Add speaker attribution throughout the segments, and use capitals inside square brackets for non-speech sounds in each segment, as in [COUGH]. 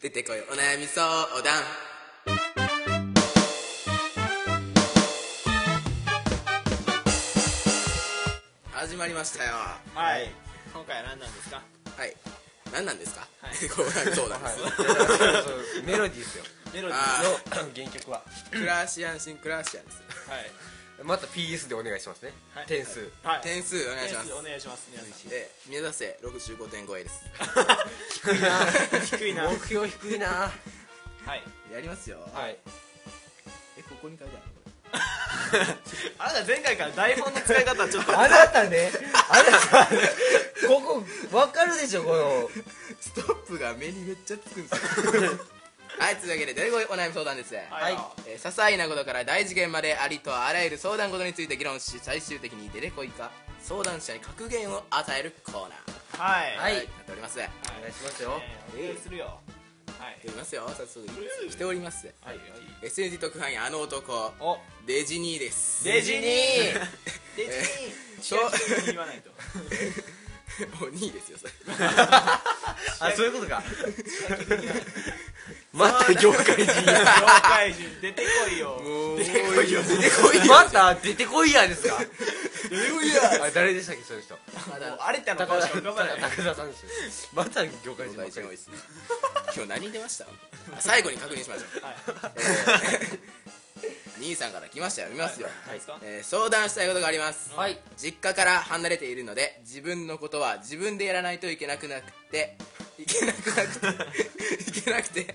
Speaker 1: 出てこいお悩み相談始まりましたよ
Speaker 2: はい、今回は何なんですか
Speaker 1: はい何なんですか、
Speaker 2: は
Speaker 1: [LAUGHS]
Speaker 2: い
Speaker 1: こうお悩み相談で
Speaker 3: はい
Speaker 1: す、
Speaker 3: そう [LAUGHS] メロディーですよ
Speaker 2: メロディー
Speaker 1: あ
Speaker 3: の原曲は
Speaker 1: クラシアンシンクラシアンです
Speaker 2: はい、
Speaker 3: また PS でお願いしますね、
Speaker 2: はい
Speaker 3: 点数
Speaker 2: はい、
Speaker 1: 点数お願いしま
Speaker 2: 点
Speaker 1: す
Speaker 2: 数お願いします皆さ
Speaker 1: で目指せ65点超えです
Speaker 2: ん低いなは
Speaker 3: 目
Speaker 2: い
Speaker 3: 標低いな
Speaker 1: やりますよ、
Speaker 3: はい
Speaker 1: えここに書いてあるのこれ
Speaker 2: あなた前回から台本の使い方ちょっと
Speaker 4: あなた
Speaker 3: [LAUGHS]
Speaker 4: ね、あなたね、ここ、わかるでしょ、この、
Speaker 1: ストップが目にめっちゃつくんですよ
Speaker 2: [LAUGHS]
Speaker 1: はいというわけで出てこいお悩み相談です
Speaker 2: はい
Speaker 1: えー些細なことから大事件までありとあらゆる相談事について議論し最終的に出てこいか相談者に格言を与えるコーナー
Speaker 2: はい
Speaker 4: はい
Speaker 1: やっておりますやっ
Speaker 4: お願いしますよ
Speaker 2: お願いするよはい
Speaker 1: ておりますよ早速来ております
Speaker 2: はい
Speaker 1: SNG 特派員あの男
Speaker 2: お
Speaker 1: デジニーです
Speaker 2: [LAUGHS] デジニーデジ
Speaker 1: そ
Speaker 2: ニ
Speaker 1: う
Speaker 2: ー違う人に言わないと
Speaker 1: [LAUGHS] お兄ですよそれ
Speaker 3: あそういうこと [LAUGHS] かまた業界人
Speaker 2: 業界人出てこい [LAUGHS] よ
Speaker 1: 出てこいよ出てこいよ
Speaker 3: また出てこいやですか
Speaker 1: 出てこいや
Speaker 3: あ誰でしたっけそういう人
Speaker 1: ま
Speaker 2: もう
Speaker 1: だ
Speaker 2: あれってあの顔しか浮かばない
Speaker 3: 高田さんですよまた業界人ばっ
Speaker 1: 大事
Speaker 3: か
Speaker 1: が多
Speaker 3: り
Speaker 1: いですね今日何出ましたあ最後に確認しましょう、
Speaker 2: はい
Speaker 1: えー兄さんから来ましたよ見ますよ、
Speaker 2: はいですか
Speaker 1: えー相談したいことがあります、
Speaker 4: はい
Speaker 1: 実家から離れているので自分のことは自分でやらないといけなくなっていけなくなくていけなくて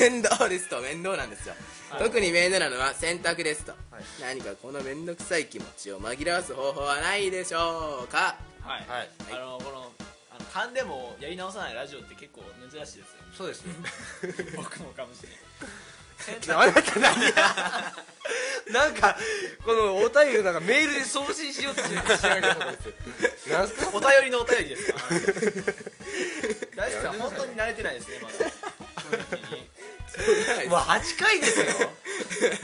Speaker 1: 面倒ですと面倒なんですよ、特に面倒なのは洗濯ですと、何かこの面倒くさい気持ちを紛らわす方法はないでしょうか
Speaker 2: はい、
Speaker 3: はい
Speaker 2: あのこのあの勘でもやり直さないラジオって結構珍しいですよ
Speaker 3: そうですね
Speaker 2: 僕もかもしれない
Speaker 3: あなた何 [LAUGHS] やなんかこのお便りのなんかメールで送信しようとしてしないことですよなんす
Speaker 2: [LAUGHS]
Speaker 3: か
Speaker 2: お便りのお便りですか [LAUGHS] 大輔さん本当に慣れてないですねまだ [LAUGHS] 正直に
Speaker 1: しょうがない
Speaker 3: [LAUGHS]
Speaker 1: です
Speaker 3: まあ8回ですよ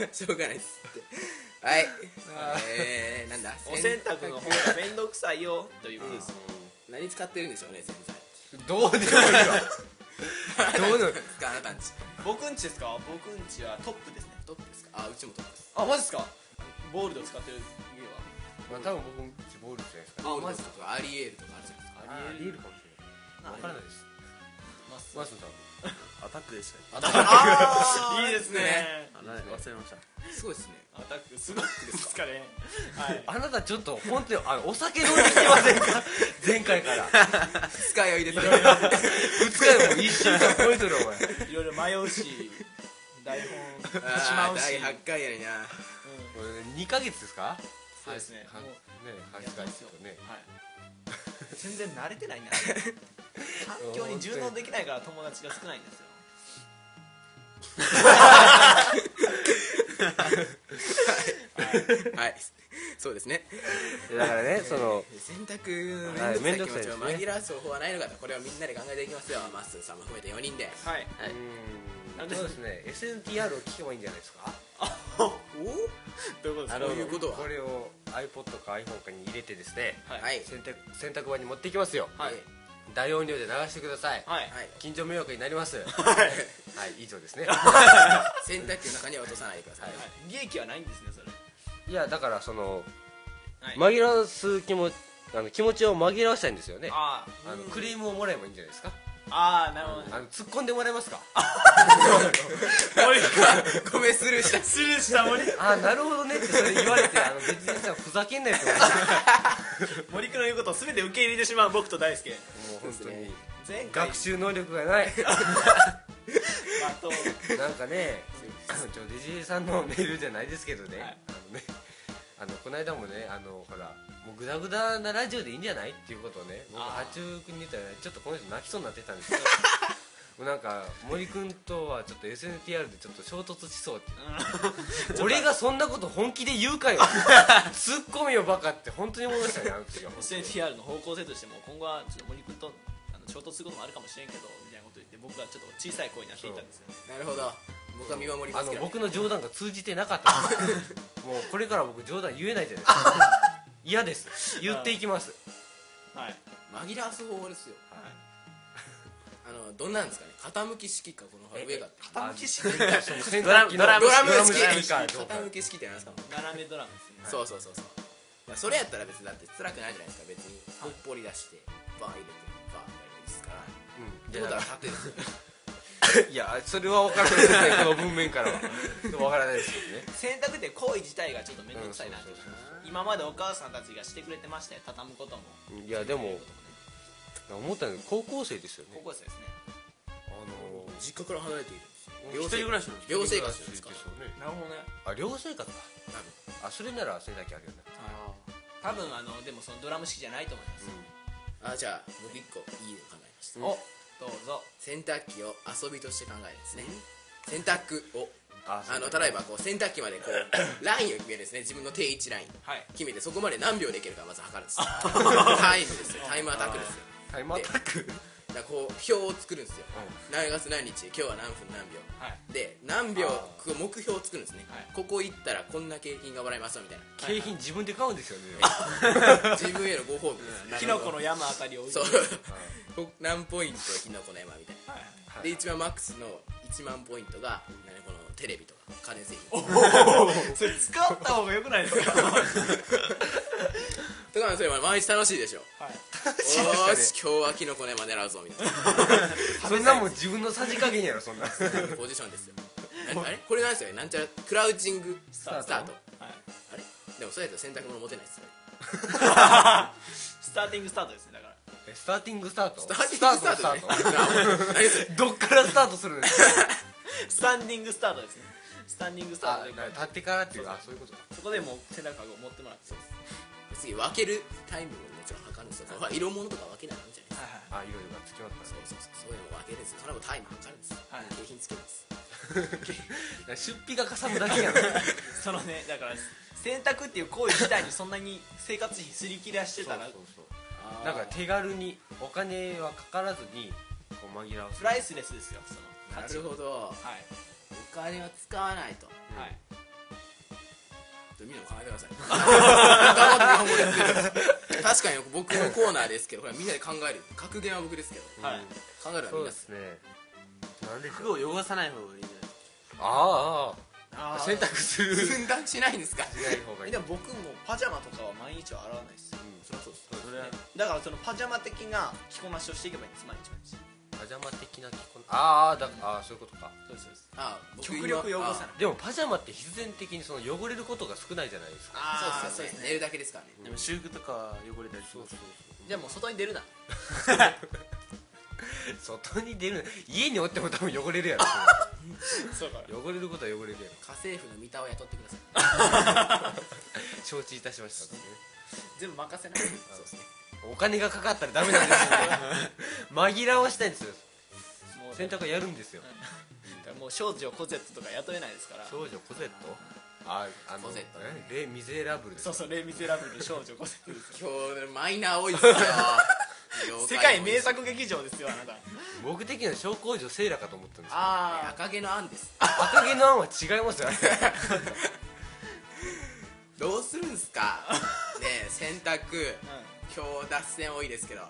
Speaker 1: [LAUGHS] しょうがないっすってはいえー、なんだ
Speaker 2: お洗濯の方が面倒くさいよということです
Speaker 1: 何使ってるんでしょうね洗剤
Speaker 3: どうでもいいわど
Speaker 1: [LAUGHS]
Speaker 3: うなの
Speaker 1: ですかあなたんち
Speaker 2: 僕んちですか僕んちはトップですね
Speaker 1: トップですかあうちもトップです
Speaker 2: あマジですかボールド使ってる家は
Speaker 3: [LAUGHS] まあ多分僕もボールじゃないですか
Speaker 1: ゴールドとかアリエールとかあるじゃないですか
Speaker 3: ありえるかもしれないわからないです
Speaker 2: マス
Speaker 3: マスさん
Speaker 5: アタックでしたっ
Speaker 2: あ [LAUGHS] ーいいですね
Speaker 5: けはい忘れました
Speaker 1: すごいですね
Speaker 2: アタックすごいですかねはい
Speaker 3: あなたちょっと本当にあお酒飲んできてませんか [LAUGHS] 前回から
Speaker 1: 使い酔いですね
Speaker 3: 2日でも1週間超えてるお [LAUGHS] 前
Speaker 2: いろいろ迷うし台本しま
Speaker 1: あー
Speaker 2: うし
Speaker 1: 第8回やねんな
Speaker 2: うん
Speaker 3: これ2ヶ月ですか
Speaker 2: そうですね
Speaker 3: は
Speaker 2: もう
Speaker 3: ね8回ですよね
Speaker 2: はい、全然慣れてないな [LAUGHS] 環境に順応できないから友達が少ないんですよ
Speaker 1: はいそうですね
Speaker 3: だからねその
Speaker 1: 洗濯
Speaker 3: は
Speaker 1: の
Speaker 3: い
Speaker 1: 面倒
Speaker 3: 面倒
Speaker 1: く
Speaker 3: く
Speaker 1: さ
Speaker 3: さ
Speaker 1: い
Speaker 3: い
Speaker 1: 気持ちを紛
Speaker 3: ですね
Speaker 1: らわす方法はないのかとこれをみんなで考えていきますよまっすーさんも含めて4人で
Speaker 2: はい
Speaker 3: うんそうですね SNTR を聞けばいいんじゃないですか
Speaker 1: お
Speaker 2: どういうこと
Speaker 1: あの
Speaker 2: で
Speaker 1: そういうことは
Speaker 3: これを iPod か iPhone かに入れてですね
Speaker 2: すか
Speaker 1: はい
Speaker 3: 洗濯洗濯場に持っていきますよ
Speaker 2: はい
Speaker 1: え
Speaker 3: 大音量で流してください
Speaker 2: はい
Speaker 1: ーはい
Speaker 3: 近所迷惑になりますはい以上ですね
Speaker 1: 洗濯機の中には落とさないでください
Speaker 2: はい利益はないんですねそれ
Speaker 3: いやだからその
Speaker 2: はい
Speaker 3: 紛らわす気持ちあの気持ちを紛らわしたいんですよね
Speaker 2: あ
Speaker 3: あのクリームをもらえばいいんじゃないですか
Speaker 2: ああなるほどね
Speaker 3: あの突っ込んでもらえますか
Speaker 1: ごめんスルーした
Speaker 2: スルーした森 [LAUGHS]
Speaker 3: ああなるほどねってそれ言われてあの別にさふざけんなよって
Speaker 2: 森君の言うことを全て受け入れてしまう僕と大輔
Speaker 3: もう本当に
Speaker 2: 前回
Speaker 3: 学習能力がない
Speaker 2: まと
Speaker 3: なんかねちょデジさんのメールじゃないですけどね,、
Speaker 2: はい
Speaker 3: あのねあのこの間もねあのほらもうグダグダなラジオでいいんじゃないっていうことをね僕
Speaker 2: あー
Speaker 3: 八中君に言ったら、ね、ちょっとこの人泣きそうになってた
Speaker 2: [LAUGHS]
Speaker 3: んですけどもうなんか森君とはちょっと SNTR でちょっと衝突しそうって
Speaker 2: [LAUGHS]
Speaker 3: 俺がそんなこと本気で言うかよツッコミよバカって本当に思いましたねあの時は
Speaker 2: SNTR の方向性としても今後はちょっと森君とあの衝突することもあるかもしれんけどみたいなこと言って僕はちょっと小さい声になっていたんですよね
Speaker 1: [LAUGHS] なるほど僕は見守りま
Speaker 3: あ
Speaker 1: す
Speaker 3: の
Speaker 1: けど
Speaker 3: 僕の冗談が通じてなかったもうこれから僕冗談言えないじゃないですか嫌です言っていきます
Speaker 2: はい
Speaker 1: 紛らわす方法ですよ
Speaker 2: はい
Speaker 1: あののどんなんですかね傾き式かこの上がって
Speaker 5: 傾き式
Speaker 3: 洗
Speaker 5: ド
Speaker 3: 濯
Speaker 5: ラム
Speaker 3: 機
Speaker 5: ドラム
Speaker 1: ドラム
Speaker 3: 式
Speaker 1: 式
Speaker 3: かどうか
Speaker 1: 傾き式ってなんですか
Speaker 2: 斜めドラムですね
Speaker 1: そうそうそうそうまあそれやったら別にだって辛くないじゃないですか別にほっぽり出してバー入れてバーみたいなのいいですから
Speaker 3: うん
Speaker 1: どうだら縦ですよ
Speaker 3: いやそれは分からないですねこの文面からは分からないですよね
Speaker 2: 洗濯って行為自体がちょっと面倒くさいなっていう今までお母さんたちがしてくれてましたよ畳むことも
Speaker 3: いやでも思ったんだけど高校生ですよ
Speaker 2: 高
Speaker 3: ね
Speaker 2: 校生ですね
Speaker 3: あ
Speaker 1: [LAUGHS] 実家から離れている
Speaker 3: の
Speaker 1: 寮
Speaker 5: 一人
Speaker 1: 生
Speaker 5: 暮らしなんです
Speaker 1: 寮生活ですか
Speaker 5: なるほどね
Speaker 3: あ寮生活かあそれなら洗濯機あるよね
Speaker 5: あ
Speaker 2: 多分あのでもそのドラム式じゃないと思います、
Speaker 1: あじゃあ僕一個いいの考えました
Speaker 2: おどうぞ
Speaker 1: 洗濯機を遊びとして考えるんですね洗濯を
Speaker 3: あ
Speaker 1: あの例えばこう洗濯機までこ [LAUGHS] うラインを決めるんですね自分の定位置ライン
Speaker 2: はい
Speaker 1: 決めてそこまで何秒でいけるかまず測るんですよ [LAUGHS] タイムですよタイムアタックですよ
Speaker 3: タイムアタック
Speaker 1: だからこう表を作るんですよ何月何日今日は何分何秒
Speaker 2: はい
Speaker 1: で何秒
Speaker 3: あ
Speaker 1: こう目標を作るんですね、
Speaker 2: はい
Speaker 1: ここ行ったらこんな景品がもらえますよみたい [LAUGHS]
Speaker 3: 景品自分で買うんですよね
Speaker 1: な自分へのご褒美です、
Speaker 2: キノコの山あたりを
Speaker 1: そう [LAUGHS] こ何ポイントキノコの山みたいな
Speaker 2: [LAUGHS] はい
Speaker 1: で一番マックスの1万ポイントが何このテレビとか家電製品 [LAUGHS]
Speaker 2: それ使った方がよくない [LAUGHS] ですか
Speaker 1: とかそういえば毎日楽しい [LAUGHS] でしょ
Speaker 2: はい
Speaker 1: よーし今日はキノコの山狙うぞみたい [LAUGHS] な
Speaker 3: そんなもん自分のさじ加減やろそんな
Speaker 1: ポジションですよなあれこれなんですよねなんちゃらクラウチングスター
Speaker 3: ター
Speaker 1: ト
Speaker 3: ト
Speaker 2: はい
Speaker 1: あれでもそうやったら洗濯物持てないですよ
Speaker 2: スターティングスタートですねだから
Speaker 3: えスターティングスタートス
Speaker 1: スターティングスタートね
Speaker 3: タ
Speaker 1: [LAUGHS]
Speaker 3: ー
Speaker 1: 何それ
Speaker 3: トどっからスタートするんですか
Speaker 2: スタンディングスタートですねスタンディングスター
Speaker 3: あ
Speaker 2: トで
Speaker 3: 立ってからっていうあそういうこと
Speaker 2: そこでもう背中を持ってもらってそうです
Speaker 1: 次分けるタイムももちろん測るんですよこれは色物とか分けないんじゃないですか
Speaker 3: あいろいろがつきますから
Speaker 1: そうそうそうそういうのも分けるんですよそれもタイム測るんですよ
Speaker 2: はい
Speaker 1: 景品つけるんです
Speaker 3: ね出費がかさむだけやん
Speaker 2: そのねだから洗濯っていう行為自体にそんなに生活費すり切らしてたら
Speaker 3: そうそうそうなんか手軽にお金はかからずにこう紛らわす
Speaker 2: プライスレスですよその
Speaker 1: な
Speaker 2: 価値
Speaker 1: るほど
Speaker 2: はい
Speaker 1: お金は使わないと
Speaker 2: はい
Speaker 1: ちょっとみんなも考えてください頑張って日本語 [LAUGHS] やってる確かに僕のコーナーですけどこれみんなで考える格言は僕ですけど
Speaker 2: はい
Speaker 1: 考えるのはみ
Speaker 3: そ
Speaker 1: んな
Speaker 3: うで
Speaker 1: です
Speaker 3: すねなんでし
Speaker 5: 服
Speaker 3: ょう
Speaker 5: を汚さない方がいいんじ
Speaker 3: あああ
Speaker 2: あ
Speaker 3: あ洗 [LAUGHS] 濯するし
Speaker 1: 分断しないんですか
Speaker 3: ない方がいい
Speaker 2: でも僕もパジャマとかは毎日は洗わないですよ
Speaker 3: うん
Speaker 2: そりゃそうです
Speaker 5: ゃないそれは
Speaker 2: だからそのパジャマ的な着こなしをしていけばいいんです毎日毎日
Speaker 3: パジャマ的な着こなあーだあーそういうことか
Speaker 2: そうですそうです
Speaker 1: あ僕今
Speaker 2: 極力汚さない
Speaker 3: でもパジャマって必然的にその汚れることが少ないじゃないですか
Speaker 1: あそうですよ
Speaker 2: そうで
Speaker 1: ね
Speaker 2: す
Speaker 1: 寝るだけですからね
Speaker 5: でも修復とか汚れたりします
Speaker 2: じゃあもう外に出るな
Speaker 3: 外に出る家におっても多分汚れるやろ
Speaker 2: そうか
Speaker 3: 汚れることは汚れるやろ
Speaker 1: 家政婦の三田を雇ってください
Speaker 3: 承知いたしました、
Speaker 2: 全部任せない
Speaker 1: そうですね
Speaker 3: お金がかかったらダメなんですよ紛らわしたいんですよ
Speaker 2: もう
Speaker 3: 洗濯はやるんですよ
Speaker 2: もう少女コゼットとか雇えないですから
Speaker 3: 少女コゼットああの
Speaker 1: コゼット
Speaker 3: えレ・ミゼラブルです
Speaker 2: そうそうレ・ミゼラブル少女コゼットですよ
Speaker 1: 今日マイナー多い [LAUGHS] ですよ
Speaker 2: 世界名作劇場ですよあなた
Speaker 3: 僕的には小公女セイラかと思ったんですよ
Speaker 1: あ赤毛のアンです
Speaker 3: 赤毛の案は違いますよあれ
Speaker 1: どうするんすか [LAUGHS] ねえ洗濯、今日脱線多いですけど、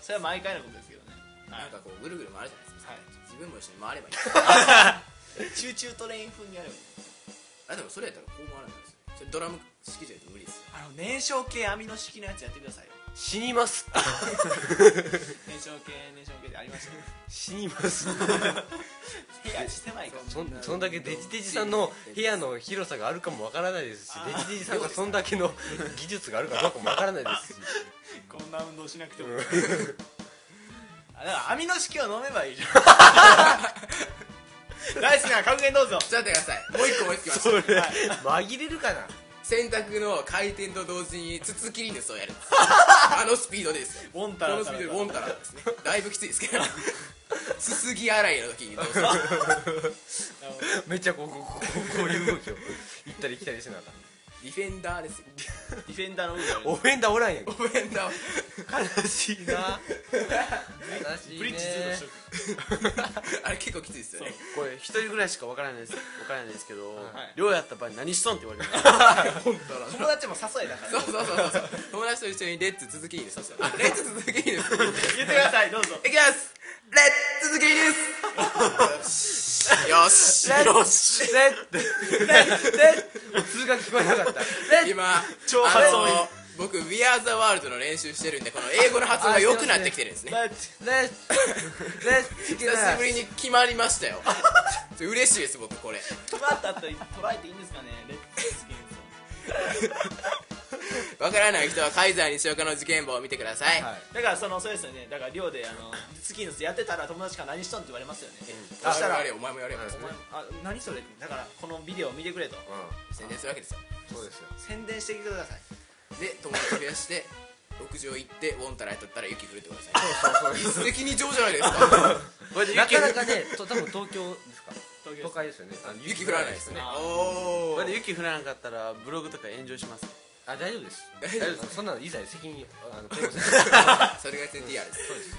Speaker 2: それは毎回のことですけどねは
Speaker 1: なんかこうぐるぐる回るじゃないですか、
Speaker 2: はい
Speaker 1: 自分も一緒に回ればいい [LAUGHS]
Speaker 2: いチューチュートレイン風にやればいい
Speaker 1: あでもそれやったらこう回るんですよそれドラム式じゃないと無理ですよ
Speaker 2: あの燃焼系網の式のやつやってくださいよ
Speaker 3: 死にます
Speaker 2: 燃焼系燃焼系でありましたね
Speaker 3: 死にます
Speaker 2: 部屋 [LAUGHS] 狭いから
Speaker 3: そんそんだけデジデジさんの部屋の広さがあるかもわからないですしデジデジさんがそんだけの技術があるかどうかもわからないですし
Speaker 2: こん [LAUGHS] な運動しなくてもあだから網の式を飲めば [LAUGHS] いいじゃん大好きな格言どうぞ
Speaker 1: ちょっと待ってください [LAUGHS] もう一個思いつきました
Speaker 3: それ紛れるかな
Speaker 1: 洗濯の回転と同時に筒切りんですをやる [LAUGHS] んですあのスピードでですよ
Speaker 2: ボンタ
Speaker 1: こ
Speaker 2: ラ
Speaker 1: のスピードでウォンタラー [LAUGHS] ですねだいぶきついですけ [LAUGHS] どすすぎ洗いの時にどうする [LAUGHS]
Speaker 3: めっちゃこうこうこうこういう動きを行ったり来たりしてなかっ
Speaker 1: ディフェンダーですよ
Speaker 2: ディフェンダーの上
Speaker 3: たオフェンダーおらんやん
Speaker 1: ディフェンダーは
Speaker 3: 悲しいな悲しいね
Speaker 2: ブリッジ2の職
Speaker 1: あれ結構きついですよね
Speaker 5: これ一人ぐらいしかわからないですわからないですけど
Speaker 2: い
Speaker 5: 寮やった場合何しとんって言われる
Speaker 2: 友達も誘えだから
Speaker 1: そうそうそう [LAUGHS] そう友達と一緒にレッツ続きいいですよレッツ続きいいです
Speaker 2: [LAUGHS] 言ってくださいどうぞ
Speaker 1: いきますッツズゲイニュースよしよし
Speaker 5: よし
Speaker 3: 通が聞こえなかった
Speaker 1: 今
Speaker 5: 超発音いい
Speaker 1: あの僕 We Are the World の練習してるんでこの英語の発音が良くなってきてるんですね
Speaker 4: レッツレッツ
Speaker 1: 久しぶりに決まりましたよ嬉しいです僕これ
Speaker 2: トラッタって捉えていいんですかねレッツゲームズ
Speaker 1: わからない人はカイザー西岡の事件簿を見てください、
Speaker 3: はい
Speaker 2: だからそのそうですよねだから寮であのスキーのやってたら友達から何しとんって言われますよね、そ
Speaker 1: あ
Speaker 2: したら
Speaker 1: お前もやれよお前もやれよ、
Speaker 3: うん
Speaker 2: お前あ何それってだからこのビデオを見てくれと
Speaker 3: う
Speaker 1: 宣伝するわけ [LAUGHS] ですよ
Speaker 3: んそうですよ
Speaker 2: 宣伝してきてください
Speaker 1: で友達増やして屋上行ってウォンタラやっとったら雪降るってことですね一石二鳥じゃないですか
Speaker 5: これで
Speaker 3: な
Speaker 5: 雪
Speaker 3: かなかねと多分東京ですか
Speaker 2: 東京
Speaker 3: 都会ですよねあ
Speaker 1: 雪降らないですね
Speaker 2: あー
Speaker 1: おお
Speaker 5: これで雪降らなかったらブログとか炎上します
Speaker 3: あ大丈夫です
Speaker 1: 大丈夫です
Speaker 3: すそんなの以前責任あの取りません
Speaker 1: それが SNTR です
Speaker 3: そうです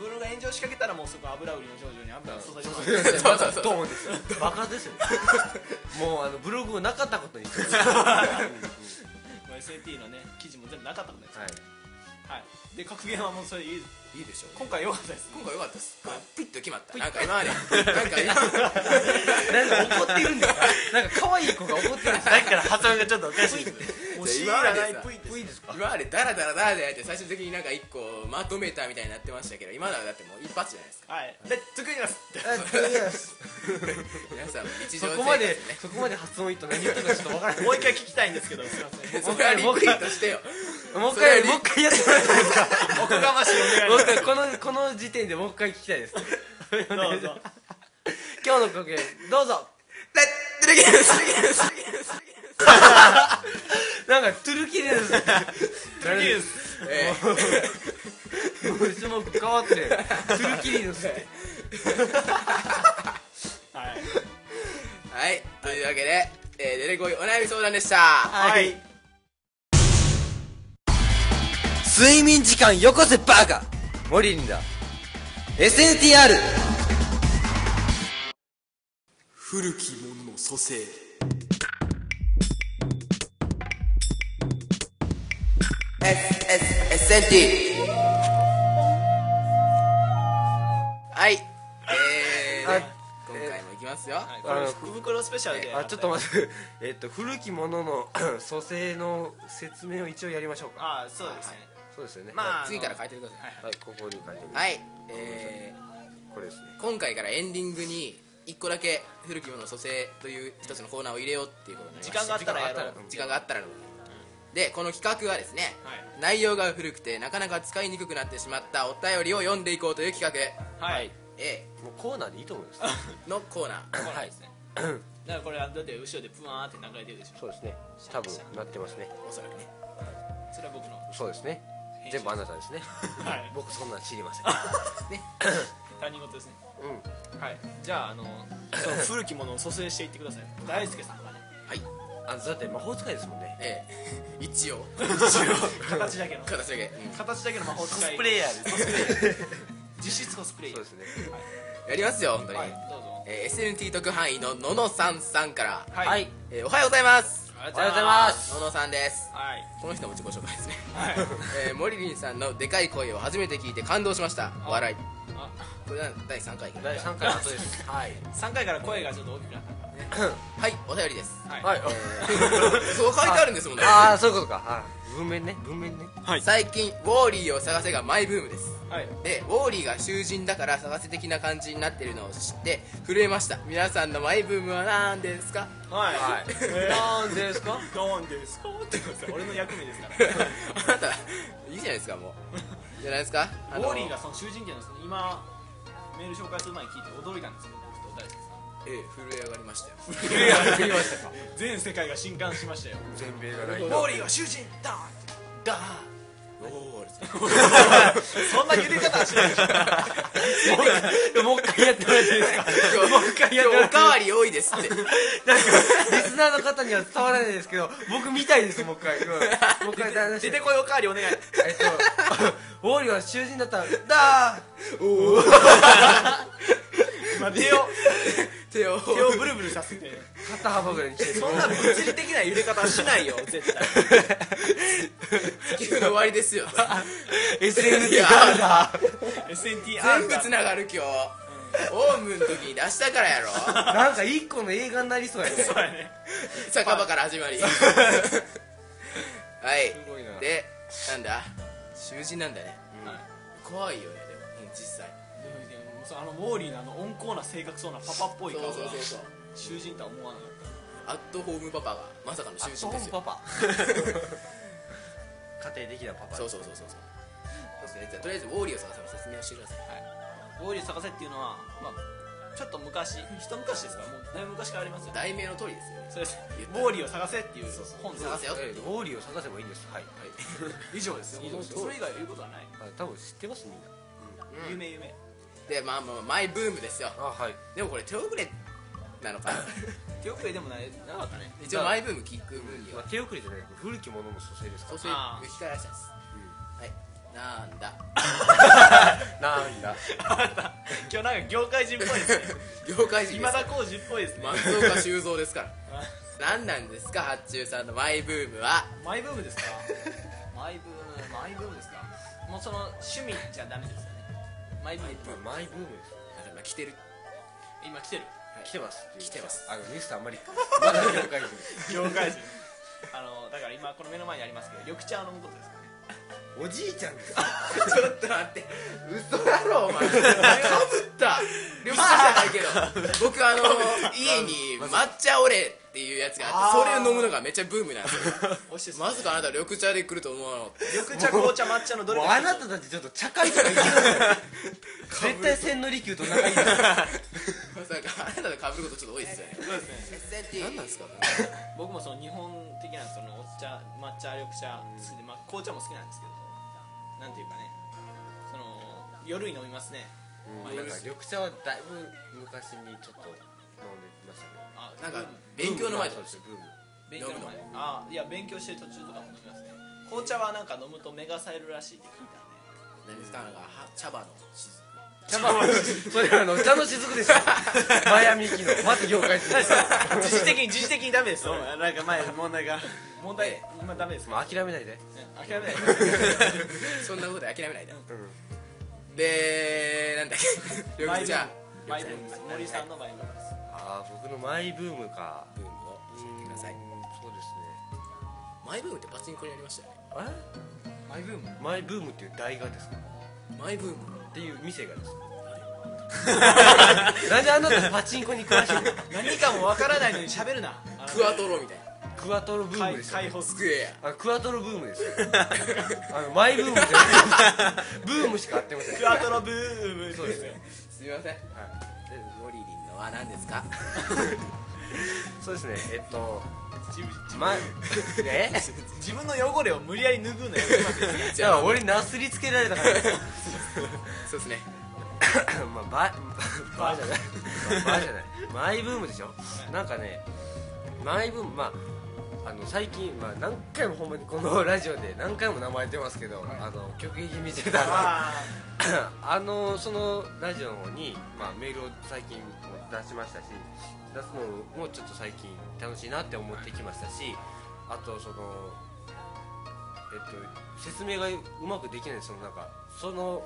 Speaker 2: ブルーが炎上しかけたらもうそこ油売りの少女に油を注いでます
Speaker 1: そうそうそう
Speaker 3: ドーンですよ爆発ですよねもうあのブログをなかったことにしてる
Speaker 2: もう SAT のね記事も全部なかったことです、
Speaker 3: はい
Speaker 2: はい、で格言はもうそれいい
Speaker 1: いいでしょう
Speaker 2: 今回良かったです
Speaker 1: 今回良かったですピッと決まったなんか今までなんか今まで
Speaker 3: なんか怒ってるんですかなんか可愛い子が怒ってるんですか
Speaker 5: だから発音がちょっとおかしい
Speaker 2: も
Speaker 1: 今
Speaker 2: ら
Speaker 1: まで
Speaker 2: ない
Speaker 1: さ
Speaker 2: プイ
Speaker 3: いいですか
Speaker 1: 今までダラダラダラでやって最終的になんか一個まとめたみたいになってましたけど今のはだってもう一発じゃないですか
Speaker 2: はいで作りますって
Speaker 1: 皆さんも [LAUGHS] 日
Speaker 3: そ
Speaker 1: 常生活
Speaker 3: こまで
Speaker 1: ね
Speaker 3: そこまで発音いいと何言ったかちょっとわからない
Speaker 2: もう一回聞きたいんですけどすいません
Speaker 1: それはリピートしてよ
Speaker 3: もう一
Speaker 1: それ
Speaker 3: 回
Speaker 1: リ
Speaker 3: もう一回やってもらっていいですか
Speaker 2: おこがましいお願い
Speaker 3: もう
Speaker 2: し
Speaker 3: 一回このこの時点でもう一回聞きたいです
Speaker 2: ますどうぞ
Speaker 3: 今日の国言どうぞ
Speaker 1: レッドレギュラスレギュラスレギュラス
Speaker 3: なんかトゥルキレですトゥルキレです
Speaker 1: えー
Speaker 3: もう一目変わってるトゥルキレですって
Speaker 2: はい
Speaker 1: はい、というわけで、えー、デレコイお悩み相談でした、
Speaker 2: はい
Speaker 4: 睡眠時間よこせバカモリリンだ SNTR
Speaker 1: 古き門の蘇生はいえーね、今回もいきますよ、
Speaker 2: はい、これ福袋スペシャルで
Speaker 3: あちょっと待って [LAUGHS] えっと古きもの [CLEARS THROAT] の蘇生の説明を一応やりましょうか
Speaker 2: あそうですね
Speaker 3: そうですよね
Speaker 2: まあ
Speaker 1: 次から
Speaker 2: あ
Speaker 1: 変えてください
Speaker 3: はいここに書いてます
Speaker 1: はい、え
Speaker 3: これですね
Speaker 1: ー、今回からエンディングに一個だけ古きものの蘇生という一つのコーナーを入れようっていうことになりました
Speaker 2: 時間があったらやろう
Speaker 1: 時間があったらのでこの企画はですね、
Speaker 2: はい
Speaker 1: 内容が古くてなかなか使いにくくなってしまったお便りを読んでいこうという企
Speaker 2: の
Speaker 1: 画、
Speaker 2: はい、
Speaker 1: A
Speaker 3: もうコーナーでいいと思います
Speaker 1: のコーナー
Speaker 2: これですねだからこれはだって後ろでプワーって流れてるでしょ
Speaker 3: そうですね多分なってますね
Speaker 1: おそらくね
Speaker 2: それは僕の
Speaker 3: そうですね
Speaker 2: 編集
Speaker 3: 全部あなたです [LAUGHS] ね
Speaker 2: はい
Speaker 3: 僕そんなん知りませんう
Speaker 2: 他人事ですね
Speaker 3: ん
Speaker 2: はいじゃああのその古きものを蘇生していってください大輔さんがね
Speaker 1: はい
Speaker 3: あだって魔法使いですもんね
Speaker 1: A 一応
Speaker 2: 形だけの
Speaker 1: 形だけ、うん
Speaker 2: 形だけの魔法
Speaker 5: コ
Speaker 2: 使
Speaker 5: ス
Speaker 2: い
Speaker 5: プレイヤーです
Speaker 2: 実質コスプレイ
Speaker 3: そうです [LAUGHS] ね
Speaker 1: やりますよ本当に、
Speaker 2: はいどうぞ
Speaker 1: えー SNT 特派員のののさんさんから、
Speaker 2: はい、
Speaker 1: えーおはようございます
Speaker 2: あり
Speaker 3: おはようございます
Speaker 1: ののさんです
Speaker 2: はい
Speaker 1: この人も自己紹介ですね、
Speaker 2: はい
Speaker 1: えー、モリリンさんのでかい声を初めて聞いて感動しました笑い
Speaker 2: あ
Speaker 1: これなん第3回かな
Speaker 3: 第3回の後ですはい
Speaker 2: 3回から声がちょっと大きくなった
Speaker 1: はいお便りです [LAUGHS]
Speaker 2: はい、
Speaker 3: はい
Speaker 1: そう書いてあるんですもんね
Speaker 3: [LAUGHS] ああそういうことかはい文面ね文面ね
Speaker 1: 最近ウォーリーを探せがマイブームです
Speaker 2: はい
Speaker 1: でウォーリーが囚人だから探せ的な感じになってるのを知って震えました皆さんのマイブームは何です
Speaker 2: [LAUGHS]
Speaker 1: か
Speaker 2: はい、
Speaker 3: はい
Speaker 2: え
Speaker 3: なんですか
Speaker 2: ー、どうですかってことですよ俺の役目ですから
Speaker 1: あなたいいじゃないですかもうじゃないですかあ
Speaker 2: ウ
Speaker 1: の
Speaker 2: ォーリーがその囚人権のその今メール紹介する前に聞いて驚いたんですけど僕と大輔さん
Speaker 1: ええ震え上がりま
Speaker 2: [LAUGHS]
Speaker 1: したよ
Speaker 2: 全世界が震撼しましたよ
Speaker 3: 全米がない
Speaker 2: ウォーリーは囚人だだ
Speaker 1: おお
Speaker 2: そんな揺れ方はしないでしょ
Speaker 3: もう一回やってもらっていいですかもう一回やってもら
Speaker 1: お
Speaker 3: ってい
Speaker 1: かわり多いです
Speaker 2: [LAUGHS]
Speaker 1: って
Speaker 3: なんかリスナーの方には伝わらないですけど僕見たいですもう一 [LAUGHS] 回、うんもう一回出して
Speaker 2: 出てこいおかわりお願い
Speaker 3: えっとウォーリーは囚人だったらだ
Speaker 2: まあ手を
Speaker 1: 手を
Speaker 2: 手をブルブルさせて
Speaker 3: ー肩幅ぐらいにして
Speaker 2: そんな物理的な揺れ方はしないよ絶対
Speaker 1: 地球の終わりです
Speaker 2: [LAUGHS]
Speaker 1: よい
Speaker 3: SNT
Speaker 1: や全
Speaker 2: SNTR
Speaker 1: 部
Speaker 2: が
Speaker 1: つながる今日オウムの時に出したからやろ
Speaker 3: なんか一個の映画になりそうやね
Speaker 2: そうやね
Speaker 1: 酒場から始まりはい
Speaker 3: ごいな
Speaker 1: でなんだ囚人なんだね
Speaker 2: はい
Speaker 1: 怖いよねでもうん実際
Speaker 2: でもでもそうあのモーリーのあの温厚な性格そうなパパっぽい
Speaker 1: そう
Speaker 2: 顔が
Speaker 1: そうそうそう
Speaker 2: 囚人とは思わなかっ
Speaker 1: アットホームパパがまさかの囚人ですよ
Speaker 3: パ [LAUGHS] 家庭的なパパ
Speaker 1: そうそうそうそうそうそうですねじゃあとりあえずウォーリーを探せの説明をしてください
Speaker 2: たモーリー探せっていうのは、まあ、ちょっと昔一昔ですからもうだいぶ昔からありますよ
Speaker 1: 題名の通りですよね
Speaker 2: そうです
Speaker 1: 言った
Speaker 2: モーリーを探せっていう本
Speaker 1: 探
Speaker 2: 探
Speaker 1: せ
Speaker 2: せ
Speaker 1: よ
Speaker 3: えウォーリーを探せばいいんですはい、
Speaker 2: 以上です
Speaker 3: 以上です
Speaker 2: それ以外言うことはない
Speaker 3: あ多分知ってますみんな
Speaker 1: うん
Speaker 2: 夢夢
Speaker 1: でまあまあマイブームですよ
Speaker 3: あはい
Speaker 1: でもこれ手遅れなのか [LAUGHS] な
Speaker 2: 手遅れでもないなかったね
Speaker 1: 一応マイブームキックブームに
Speaker 3: まあ
Speaker 1: は、
Speaker 3: 手遅れじゃないけど古きものも蘇生ですか
Speaker 1: そうそう
Speaker 2: あー
Speaker 1: いう吹き替えらしいです、はいなんだ
Speaker 3: らなんだ
Speaker 2: [LAUGHS] 今日なんか業界人っぽいです [LAUGHS] ね
Speaker 1: 業界人です
Speaker 2: 今田耕司っぽい [LAUGHS] ですね
Speaker 1: 松岡修造ですから何なんですか八中さんのマイブームは
Speaker 2: マイブームですか [LAUGHS] マイブームマイブームですかもうその趣味じゃダメですよねマイブーム
Speaker 3: まあマイブームです
Speaker 1: あ今来てる
Speaker 2: 今来てる
Speaker 3: 来てますっていう
Speaker 1: 来てます
Speaker 3: あのミスターあんまり [LAUGHS] まだ了解です
Speaker 2: 業界人 [LAUGHS] あのだから今この目の前にありますけど緑茶を飲むことですかね
Speaker 3: おじいちゃんです
Speaker 1: ちょっと待って嘘だろお [LAUGHS] 前かぶった緑茶じゃないけど僕あの家に抹茶オレっていうやつがあってそれを飲むのがめっちゃブームなんですよ
Speaker 2: 美味しいです
Speaker 1: まさかあなた緑茶で来ると思うの
Speaker 2: 緑茶紅茶抹茶のどれ
Speaker 3: もう
Speaker 2: か
Speaker 3: あなたたちちょっと茶会とか言ってない [LAUGHS] 絶対千利休と仲い [LAUGHS] いです
Speaker 1: まさかあなたと被ることちょっと多いですよね
Speaker 2: そうですね
Speaker 1: 何なんですか
Speaker 2: 僕もその日本的なそのお茶抹茶緑茶好きで、まあ、紅茶も好きなんですけどなんていうかねその夜に飲みますね
Speaker 3: うんなんか緑茶はだいぶ昔にちょっと飲んでましたね
Speaker 2: あ
Speaker 1: なんか勉強の前とか
Speaker 3: ブーム
Speaker 2: 勉強の
Speaker 1: 飲む
Speaker 2: 前あいや勉強してる途中とかも飲みますね紅茶はなんか飲むと目が冴えるらしいって聞いたんで
Speaker 1: 何ですかなんかは茶葉のしず
Speaker 3: 茶葉それあの茶の雫 [LAUGHS] ですよマヤミキのまず業界人 [LAUGHS] です
Speaker 2: 自主的に自主的にダメですよ
Speaker 5: そうなんか前問題が
Speaker 2: 問題今ダメですか
Speaker 3: まあ諦めないで
Speaker 2: 諦めない
Speaker 1: そんなことで諦めないで、でなんだっけ緑茶
Speaker 2: マイブームです森さんのマイブームです
Speaker 3: ああ僕のマイブームか
Speaker 1: ブームを教えてください
Speaker 3: そうです
Speaker 1: マイブームってパチンコにありましたよね
Speaker 3: ね
Speaker 2: マイブーム
Speaker 3: えマイブームっていう台がですか
Speaker 1: マイブーム
Speaker 3: っていう店がです [LAUGHS] かなんであなたパチンコに詳しいの
Speaker 2: 何かもわからないのに喋るな
Speaker 1: クアトロみたいな
Speaker 3: クワトロブームですよ
Speaker 2: 解放
Speaker 1: ス
Speaker 2: ス
Speaker 1: クエ
Speaker 3: あクワトロブームですよ [LAUGHS] あのマイブームじゃなくてブームしか合ってません
Speaker 2: クアトロブーム
Speaker 3: そうですね
Speaker 1: アすみません、モリリンのは何ですか
Speaker 3: そうですねえっと
Speaker 2: 自分
Speaker 3: [LAUGHS] まえ
Speaker 2: 自分の汚れを無理やり拭うのや
Speaker 1: じ
Speaker 3: じゃ
Speaker 1: ゃあ
Speaker 3: あ俺なすりつけられたから
Speaker 1: そうですね
Speaker 3: [LAUGHS] まあババーじゃないバーじゃないマイブームでしょなんかねマイブームまああの最近、まあ、何回もほんまにこのラジオで何回も名前出ますけど、あの極撃見てたら
Speaker 2: あ
Speaker 3: [COUGHS] あのそのラジオの方に、まあ、メールを最近出しましたし出すのもちょっと最近楽しいなって思ってきましたしあとそのえっと説明がうまくできないそのなんかその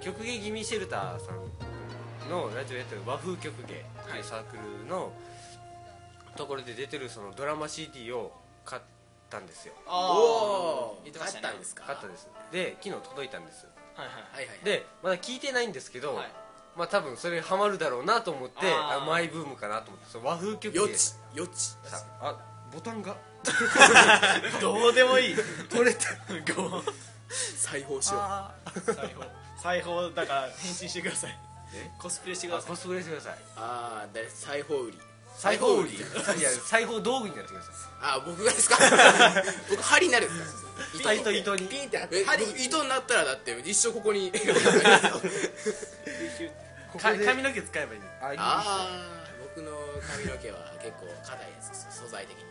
Speaker 3: 曲芸気味シェルターさんのラジオやってる和風曲芸っていうサークルのところで出てるそのドラマ CD を買ったんですよ
Speaker 2: あ
Speaker 1: おお
Speaker 2: 言ってま
Speaker 1: あっ
Speaker 2: したね
Speaker 1: たんですか
Speaker 3: 買ったんですで昨日届いたんです
Speaker 2: はいはい
Speaker 1: はいはい
Speaker 3: でまだ聞いてないんですけど、
Speaker 2: はい
Speaker 3: まあ多分それハマるだろうなと思って
Speaker 2: あー
Speaker 3: あマイブームかなと思ってその和風曲
Speaker 1: よ
Speaker 3: で
Speaker 1: ちよち
Speaker 3: さあボタンが
Speaker 2: どうでもいい
Speaker 3: 取れた
Speaker 1: 裁縫しよう
Speaker 2: 裁縫裁縫だから変身してくださいコスプレしてくだ
Speaker 3: あ
Speaker 2: さい
Speaker 3: コスプレしてください
Speaker 1: あー誰裁縫売り
Speaker 3: 裁縫売りいや裁縫道具になってくださ
Speaker 1: あー僕がですか僕針になるんですか
Speaker 3: い針と糸に
Speaker 2: ピンって貼って
Speaker 1: え僕糸になったらだって一生ここに
Speaker 5: か髪の毛使えばいいの
Speaker 3: あいい
Speaker 1: ああ僕の髪の毛は結構硬いやつです素材的に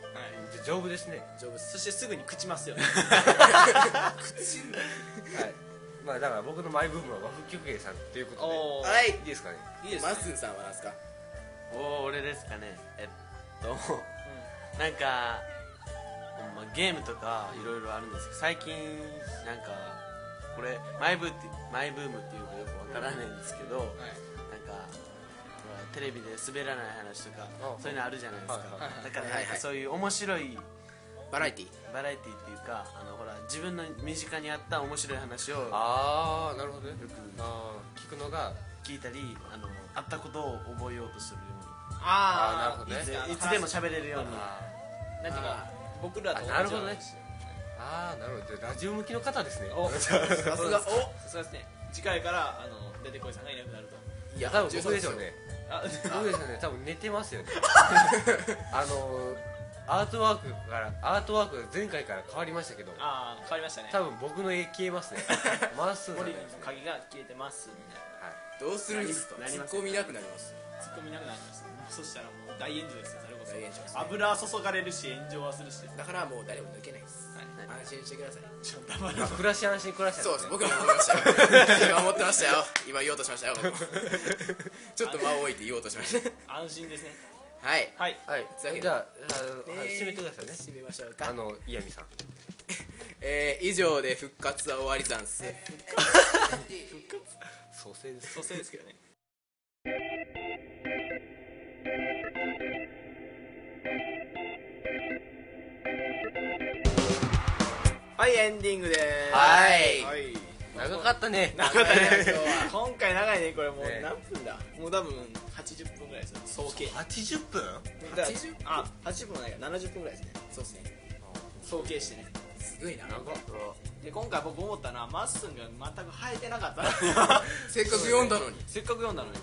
Speaker 3: じゃ丈夫ですね
Speaker 1: 丈夫です
Speaker 2: そしてすぐに朽ちますよ
Speaker 3: はいまあだから僕のマイブームは和風曲芸さんっていうことで
Speaker 2: お
Speaker 1: はい
Speaker 3: いですかね
Speaker 2: いいです
Speaker 1: マ
Speaker 2: ね
Speaker 1: ッスンさんは何ですか
Speaker 5: おお俺ですかねえっと、なんかほんまゲームとかいろいろあるんですけど最近なんかこれマイブーってマイブームっていうかよくわからないんですけど、なんかほらテレビで滑らない話とかそういうのあるじゃないですか、だからなんかそういう面白い
Speaker 1: バラエティ
Speaker 5: バラエティっていうかあのほら自分の身近にあった面白い話を
Speaker 3: ああなるほどねあー聞くのが
Speaker 5: 聞いたりあのあったことを覚えようとするよう
Speaker 2: あ
Speaker 3: あー
Speaker 2: ー
Speaker 3: なるほどね
Speaker 5: にいつでも喋れるように
Speaker 2: なんていうか僕らと同じ
Speaker 3: あなるほどね
Speaker 2: よう話
Speaker 3: ああなるほどじゃあラジオ向きの方ですね [LAUGHS]
Speaker 2: お
Speaker 3: じゃあ
Speaker 2: さすがおさすがですね次回からあの出てこいさんがいなくなると
Speaker 1: いや
Speaker 3: 多分僕でしょうね
Speaker 2: あ [LAUGHS]
Speaker 3: 僕でしょうね多分寝てますよね [LAUGHS] あのーアートワークからアートワークが前回から変わりましたけど
Speaker 2: あー変わりましたね
Speaker 3: 多分僕の絵消えますね回すんじゃな
Speaker 2: 森
Speaker 3: い
Speaker 2: の
Speaker 3: ですか
Speaker 2: 鍵が消えてますみたい
Speaker 1: どうするんですか
Speaker 5: なり
Speaker 1: ツ
Speaker 5: ま
Speaker 1: ッ
Speaker 5: す
Speaker 1: コミなくなります
Speaker 2: な突っ込みなくなりましたねそしたらもう大炎上ですよそれこそ
Speaker 1: 大炎上です
Speaker 2: 油は注がれるし炎上はするしです
Speaker 1: だからもう誰も抜けないです
Speaker 2: はい
Speaker 1: 安心してください
Speaker 2: ちょっと黙る
Speaker 3: まあ暮らし安心暮らし安心
Speaker 1: そうです僕は思いましたよ今思ってました [LAUGHS] よ今言おうとしましたよ [LAUGHS] 僕もちょっと間を置いて言おうとしました
Speaker 2: 安心ですね
Speaker 1: はい
Speaker 2: はい
Speaker 3: はい
Speaker 1: つなげ、る
Speaker 3: じゃあ、あのはい、締めてくださいね。
Speaker 1: 締めましょう
Speaker 3: あ
Speaker 1: か
Speaker 3: の、イヤミさん。
Speaker 1: えー以上で復活は終わりざんす
Speaker 3: 蘇生です。
Speaker 2: 蘇生ですけどねはいエンディングです
Speaker 1: はい
Speaker 2: はい
Speaker 3: 長かったね。
Speaker 1: 長かったね今日は
Speaker 2: 今回長いねこれもう
Speaker 3: ね
Speaker 2: 何分だ、もう多分80分ぐらいですよ総計
Speaker 5: 80分
Speaker 2: だから
Speaker 1: 80?
Speaker 2: あ80分はないから70分ぐらいですね
Speaker 1: そうですね
Speaker 2: 総計してね
Speaker 1: すごいな
Speaker 2: で今回僕思ったのはまっすんが全く生えてなかった
Speaker 1: [LAUGHS] せっかく読んだのに
Speaker 2: せっかく読んだのに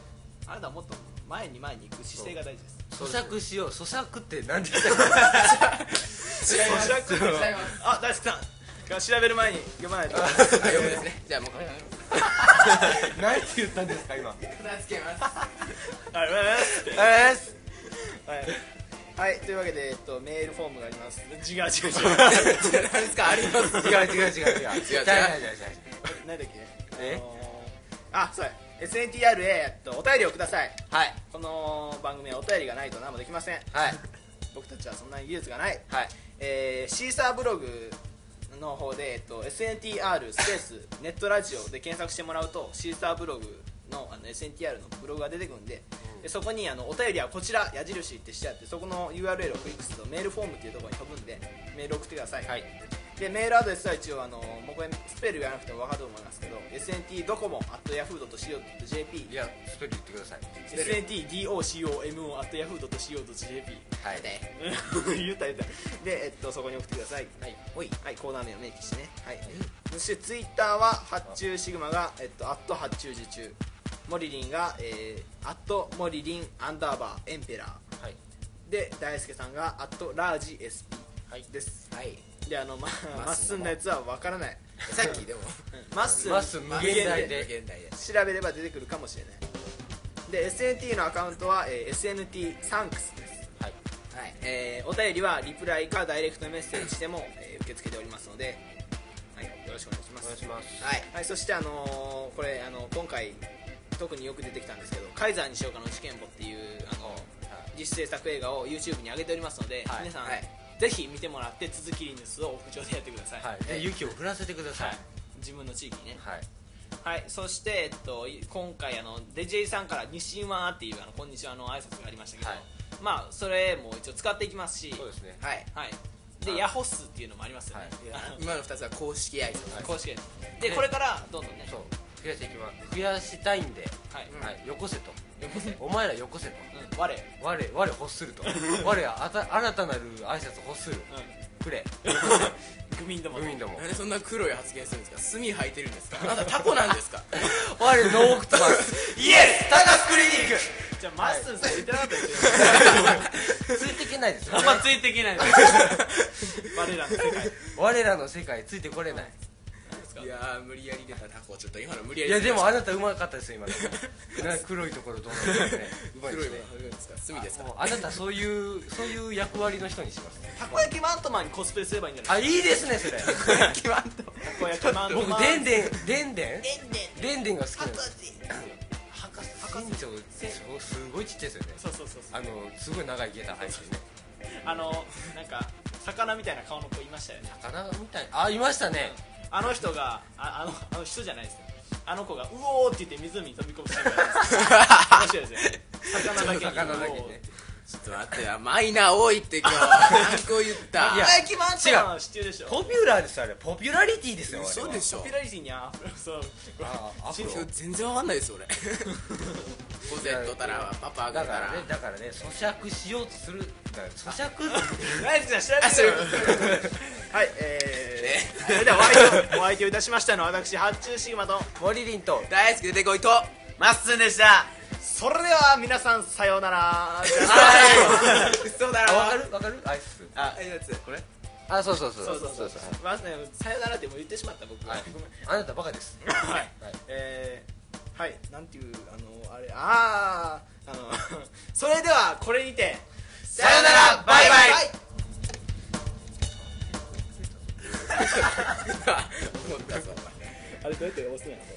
Speaker 2: あなたはもっと前に前に行く姿勢が大事です
Speaker 3: 咀嚼しよう。咀嚼って何でしたっ
Speaker 1: 違います
Speaker 2: 咀嚼
Speaker 1: 違います
Speaker 2: あ大好きさんが調べる前に読まないと
Speaker 1: あ読むですねじゃあもうこれ
Speaker 3: け [LAUGHS] 何て言ったんですか、今。
Speaker 1: 片付けます
Speaker 2: はい、
Speaker 3: えーす
Speaker 2: はい、はい、というわけで、えっと、メールフォームがあります。違う違う違う。
Speaker 1: [LAUGHS] じゃあ何ですかあります
Speaker 3: [LAUGHS] 違う違う違う違う。違う違う違う違う。
Speaker 2: 何だっけ。
Speaker 3: え
Speaker 2: あ、そうや。S. N. T. R. へ、えっと、お便りをください。
Speaker 3: はい。
Speaker 2: この番組はお便りがないと何もできません。
Speaker 3: はい。
Speaker 2: 僕たちはそんなに技術がない。
Speaker 3: はい。
Speaker 2: えーシーサーブログ。の方で、えっと、SNTR スペースネットラジオで検索してもらうとシーサーブログのあの SNTR のブログが出てくるんで,、でそこにあのお便りはこちら矢印ってしてあってそこの URL をクリックするとメールフォームっていうところに飛ぶんでメール送ってください、
Speaker 3: はい。
Speaker 2: でメールアドレスは一応あのもうこれスペル言わなくても分かると思いますけど SNT ドコモ at yahoo.co.jp
Speaker 3: いや、ストーリー言ってください。
Speaker 2: SNTDOCOMO at yahoo.co.jp
Speaker 3: は
Speaker 2: [LAUGHS]
Speaker 3: い。
Speaker 2: 言った言ったで、えっと、そこに送ってください
Speaker 1: はいおい
Speaker 2: はいコーナー名を明記してねはいそしてツイッターは発注シグマがえっとアット発注受注モリリンがえーアットモリリンアンダーバーエンペラー
Speaker 3: はい。
Speaker 2: で大輔さんがアットラージ SP です
Speaker 1: はい
Speaker 2: であのま
Speaker 1: マッスンの
Speaker 2: まっすんのやつは分からない
Speaker 1: さっき [LAUGHS]
Speaker 2: [LAUGHS]
Speaker 1: でも
Speaker 2: まっすん
Speaker 3: まっすん無限大で
Speaker 1: 無限大で
Speaker 2: 調べれば出てくるかもしれないで SNT のアカウントは、えー SNT サンクスです、
Speaker 3: はい。
Speaker 1: はい
Speaker 2: えーお便りはリプライかダイレクトメッセージでも、えー受け付けておりますので、はい、よろしくお願いしま
Speaker 3: お願い
Speaker 2: す
Speaker 3: します。
Speaker 1: はい
Speaker 2: はい、そして、あのーこれあの今回特によく出てきたんですけど「カイザー西岡の事件簿」っていうあの、自主制作映画を YouTube に上げておりますので、
Speaker 3: はい
Speaker 2: 皆さん、
Speaker 1: はい
Speaker 2: ぜひ見てもらって続きリヌスを屋上でやってください、
Speaker 3: はい。で、雪を降らせてください。
Speaker 2: 自分の地域にね
Speaker 3: はい。
Speaker 2: はい、そして、えっと、い今回あのデジェイさんから「西馬」っていうあのこんにちはの挨拶がありましたけど、
Speaker 3: はい
Speaker 2: まあそれも一応使っていきますし
Speaker 3: そうですね。
Speaker 1: はい
Speaker 2: はいで、
Speaker 3: はい
Speaker 2: ヤホスっていうのもありますよね、
Speaker 3: はい
Speaker 1: いや今の2つは公式挨拶
Speaker 2: あの公
Speaker 3: [LAUGHS]
Speaker 2: 式ででこれからどんどんね
Speaker 3: そう。増やしていきます。増やしたいんで、
Speaker 2: はい、うん
Speaker 3: はい。よこせと。お前らよこせと。
Speaker 2: 我、う
Speaker 3: 我我欲する [LAUGHS] と我はあた新たなる挨拶欲する
Speaker 2: ん、
Speaker 3: くれ
Speaker 2: 愚民ども
Speaker 3: 海ども
Speaker 1: なんでそんな黒い発言するんですか炭履いてるんです [LAUGHS] かあなたタコなんですか
Speaker 3: 我ノークトマス [LAUGHS] イエスタガスクリニッ
Speaker 2: じゃあマッスンさん言ってなかったですよ
Speaker 3: [LAUGHS] クついていけないですよ
Speaker 2: あんまついていけ
Speaker 3: [LAUGHS]
Speaker 2: ない我らの世界
Speaker 3: 我らの世界ついてこれない
Speaker 1: [LAUGHS] いやー無理やり出たタコちょっと今の無理や
Speaker 3: い
Speaker 1: り
Speaker 3: や
Speaker 1: 出た
Speaker 3: でもあなたうまかったですよ今の [LAUGHS] な黒いところどうなってるねうまいで
Speaker 1: 黒いも
Speaker 3: すね
Speaker 1: の履くんですか炭 [LAUGHS] ですか
Speaker 3: もうあなたそういうそういう役割の人にします
Speaker 2: たこ焼きマントマンにコスプレすればいいんじゃない
Speaker 3: あいいですねそ [LAUGHS] れ
Speaker 1: 決まんと
Speaker 2: たこ焼きマントマン
Speaker 3: 僕でんでんでんで
Speaker 2: でんでん
Speaker 3: んでんでんが好きなんです
Speaker 2: 博士
Speaker 3: 身長そうすごいちっちゃいですよね
Speaker 2: そうそうそうそう
Speaker 3: あのすごい長いゲタ入ってね
Speaker 2: あのなんか魚みたいな顔の子いましたよね
Speaker 3: 魚みたいあいましたね
Speaker 2: あの人がああのあの人じゃないですよあの子がうおーって言って湖に飛び込むシーンがあるんですよ面白い [LAUGHS] ですよね魚だけに
Speaker 3: 魚だけにね
Speaker 1: ちょっと待ってよマイナー多いって今日 [LAUGHS] 何個言った
Speaker 2: い
Speaker 1: い
Speaker 2: や
Speaker 1: や
Speaker 2: 行きました知ってるでしょ
Speaker 3: ポピュラーですよあれポピュラリティですよあれは
Speaker 1: 嘘でし
Speaker 2: ポ
Speaker 1: ょ
Speaker 2: ピュラリティにあふれそう
Speaker 3: あアフロ
Speaker 1: 今日全然わかんないです [LAUGHS] 俺ポゼットたらパパ
Speaker 3: だ
Speaker 1: が
Speaker 3: か
Speaker 1: たら
Speaker 3: らねだからね咀嚼しようとするだから咀嚼 [LAUGHS]
Speaker 2: 大好きな知らない
Speaker 1: あそ
Speaker 2: です
Speaker 1: う
Speaker 2: よ
Speaker 1: いうこと
Speaker 2: はいえー、 [LAUGHS] それではお相手をお相手をいたしましたのは私発注シグマと
Speaker 3: 森林と
Speaker 1: 大好き出てこいと
Speaker 5: まっすんでした
Speaker 2: それでは皆さんさようなら
Speaker 1: 嘘だ
Speaker 3: あ
Speaker 1: ろ
Speaker 3: わかるわかるアイス
Speaker 1: あいいやつ
Speaker 4: あそうそうそう
Speaker 2: そうそうそうそうまあねさよならってもう言ってしまった僕は、
Speaker 3: はい
Speaker 2: ごめん
Speaker 3: あなたバカです
Speaker 2: はい、えーはいなんていうあのあれあーあの [LAUGHS] それではこれにてさ
Speaker 5: よならバ
Speaker 2: [LAUGHS]
Speaker 5: イバイ
Speaker 1: 思ったぞ
Speaker 2: あれどうやって押すんやろ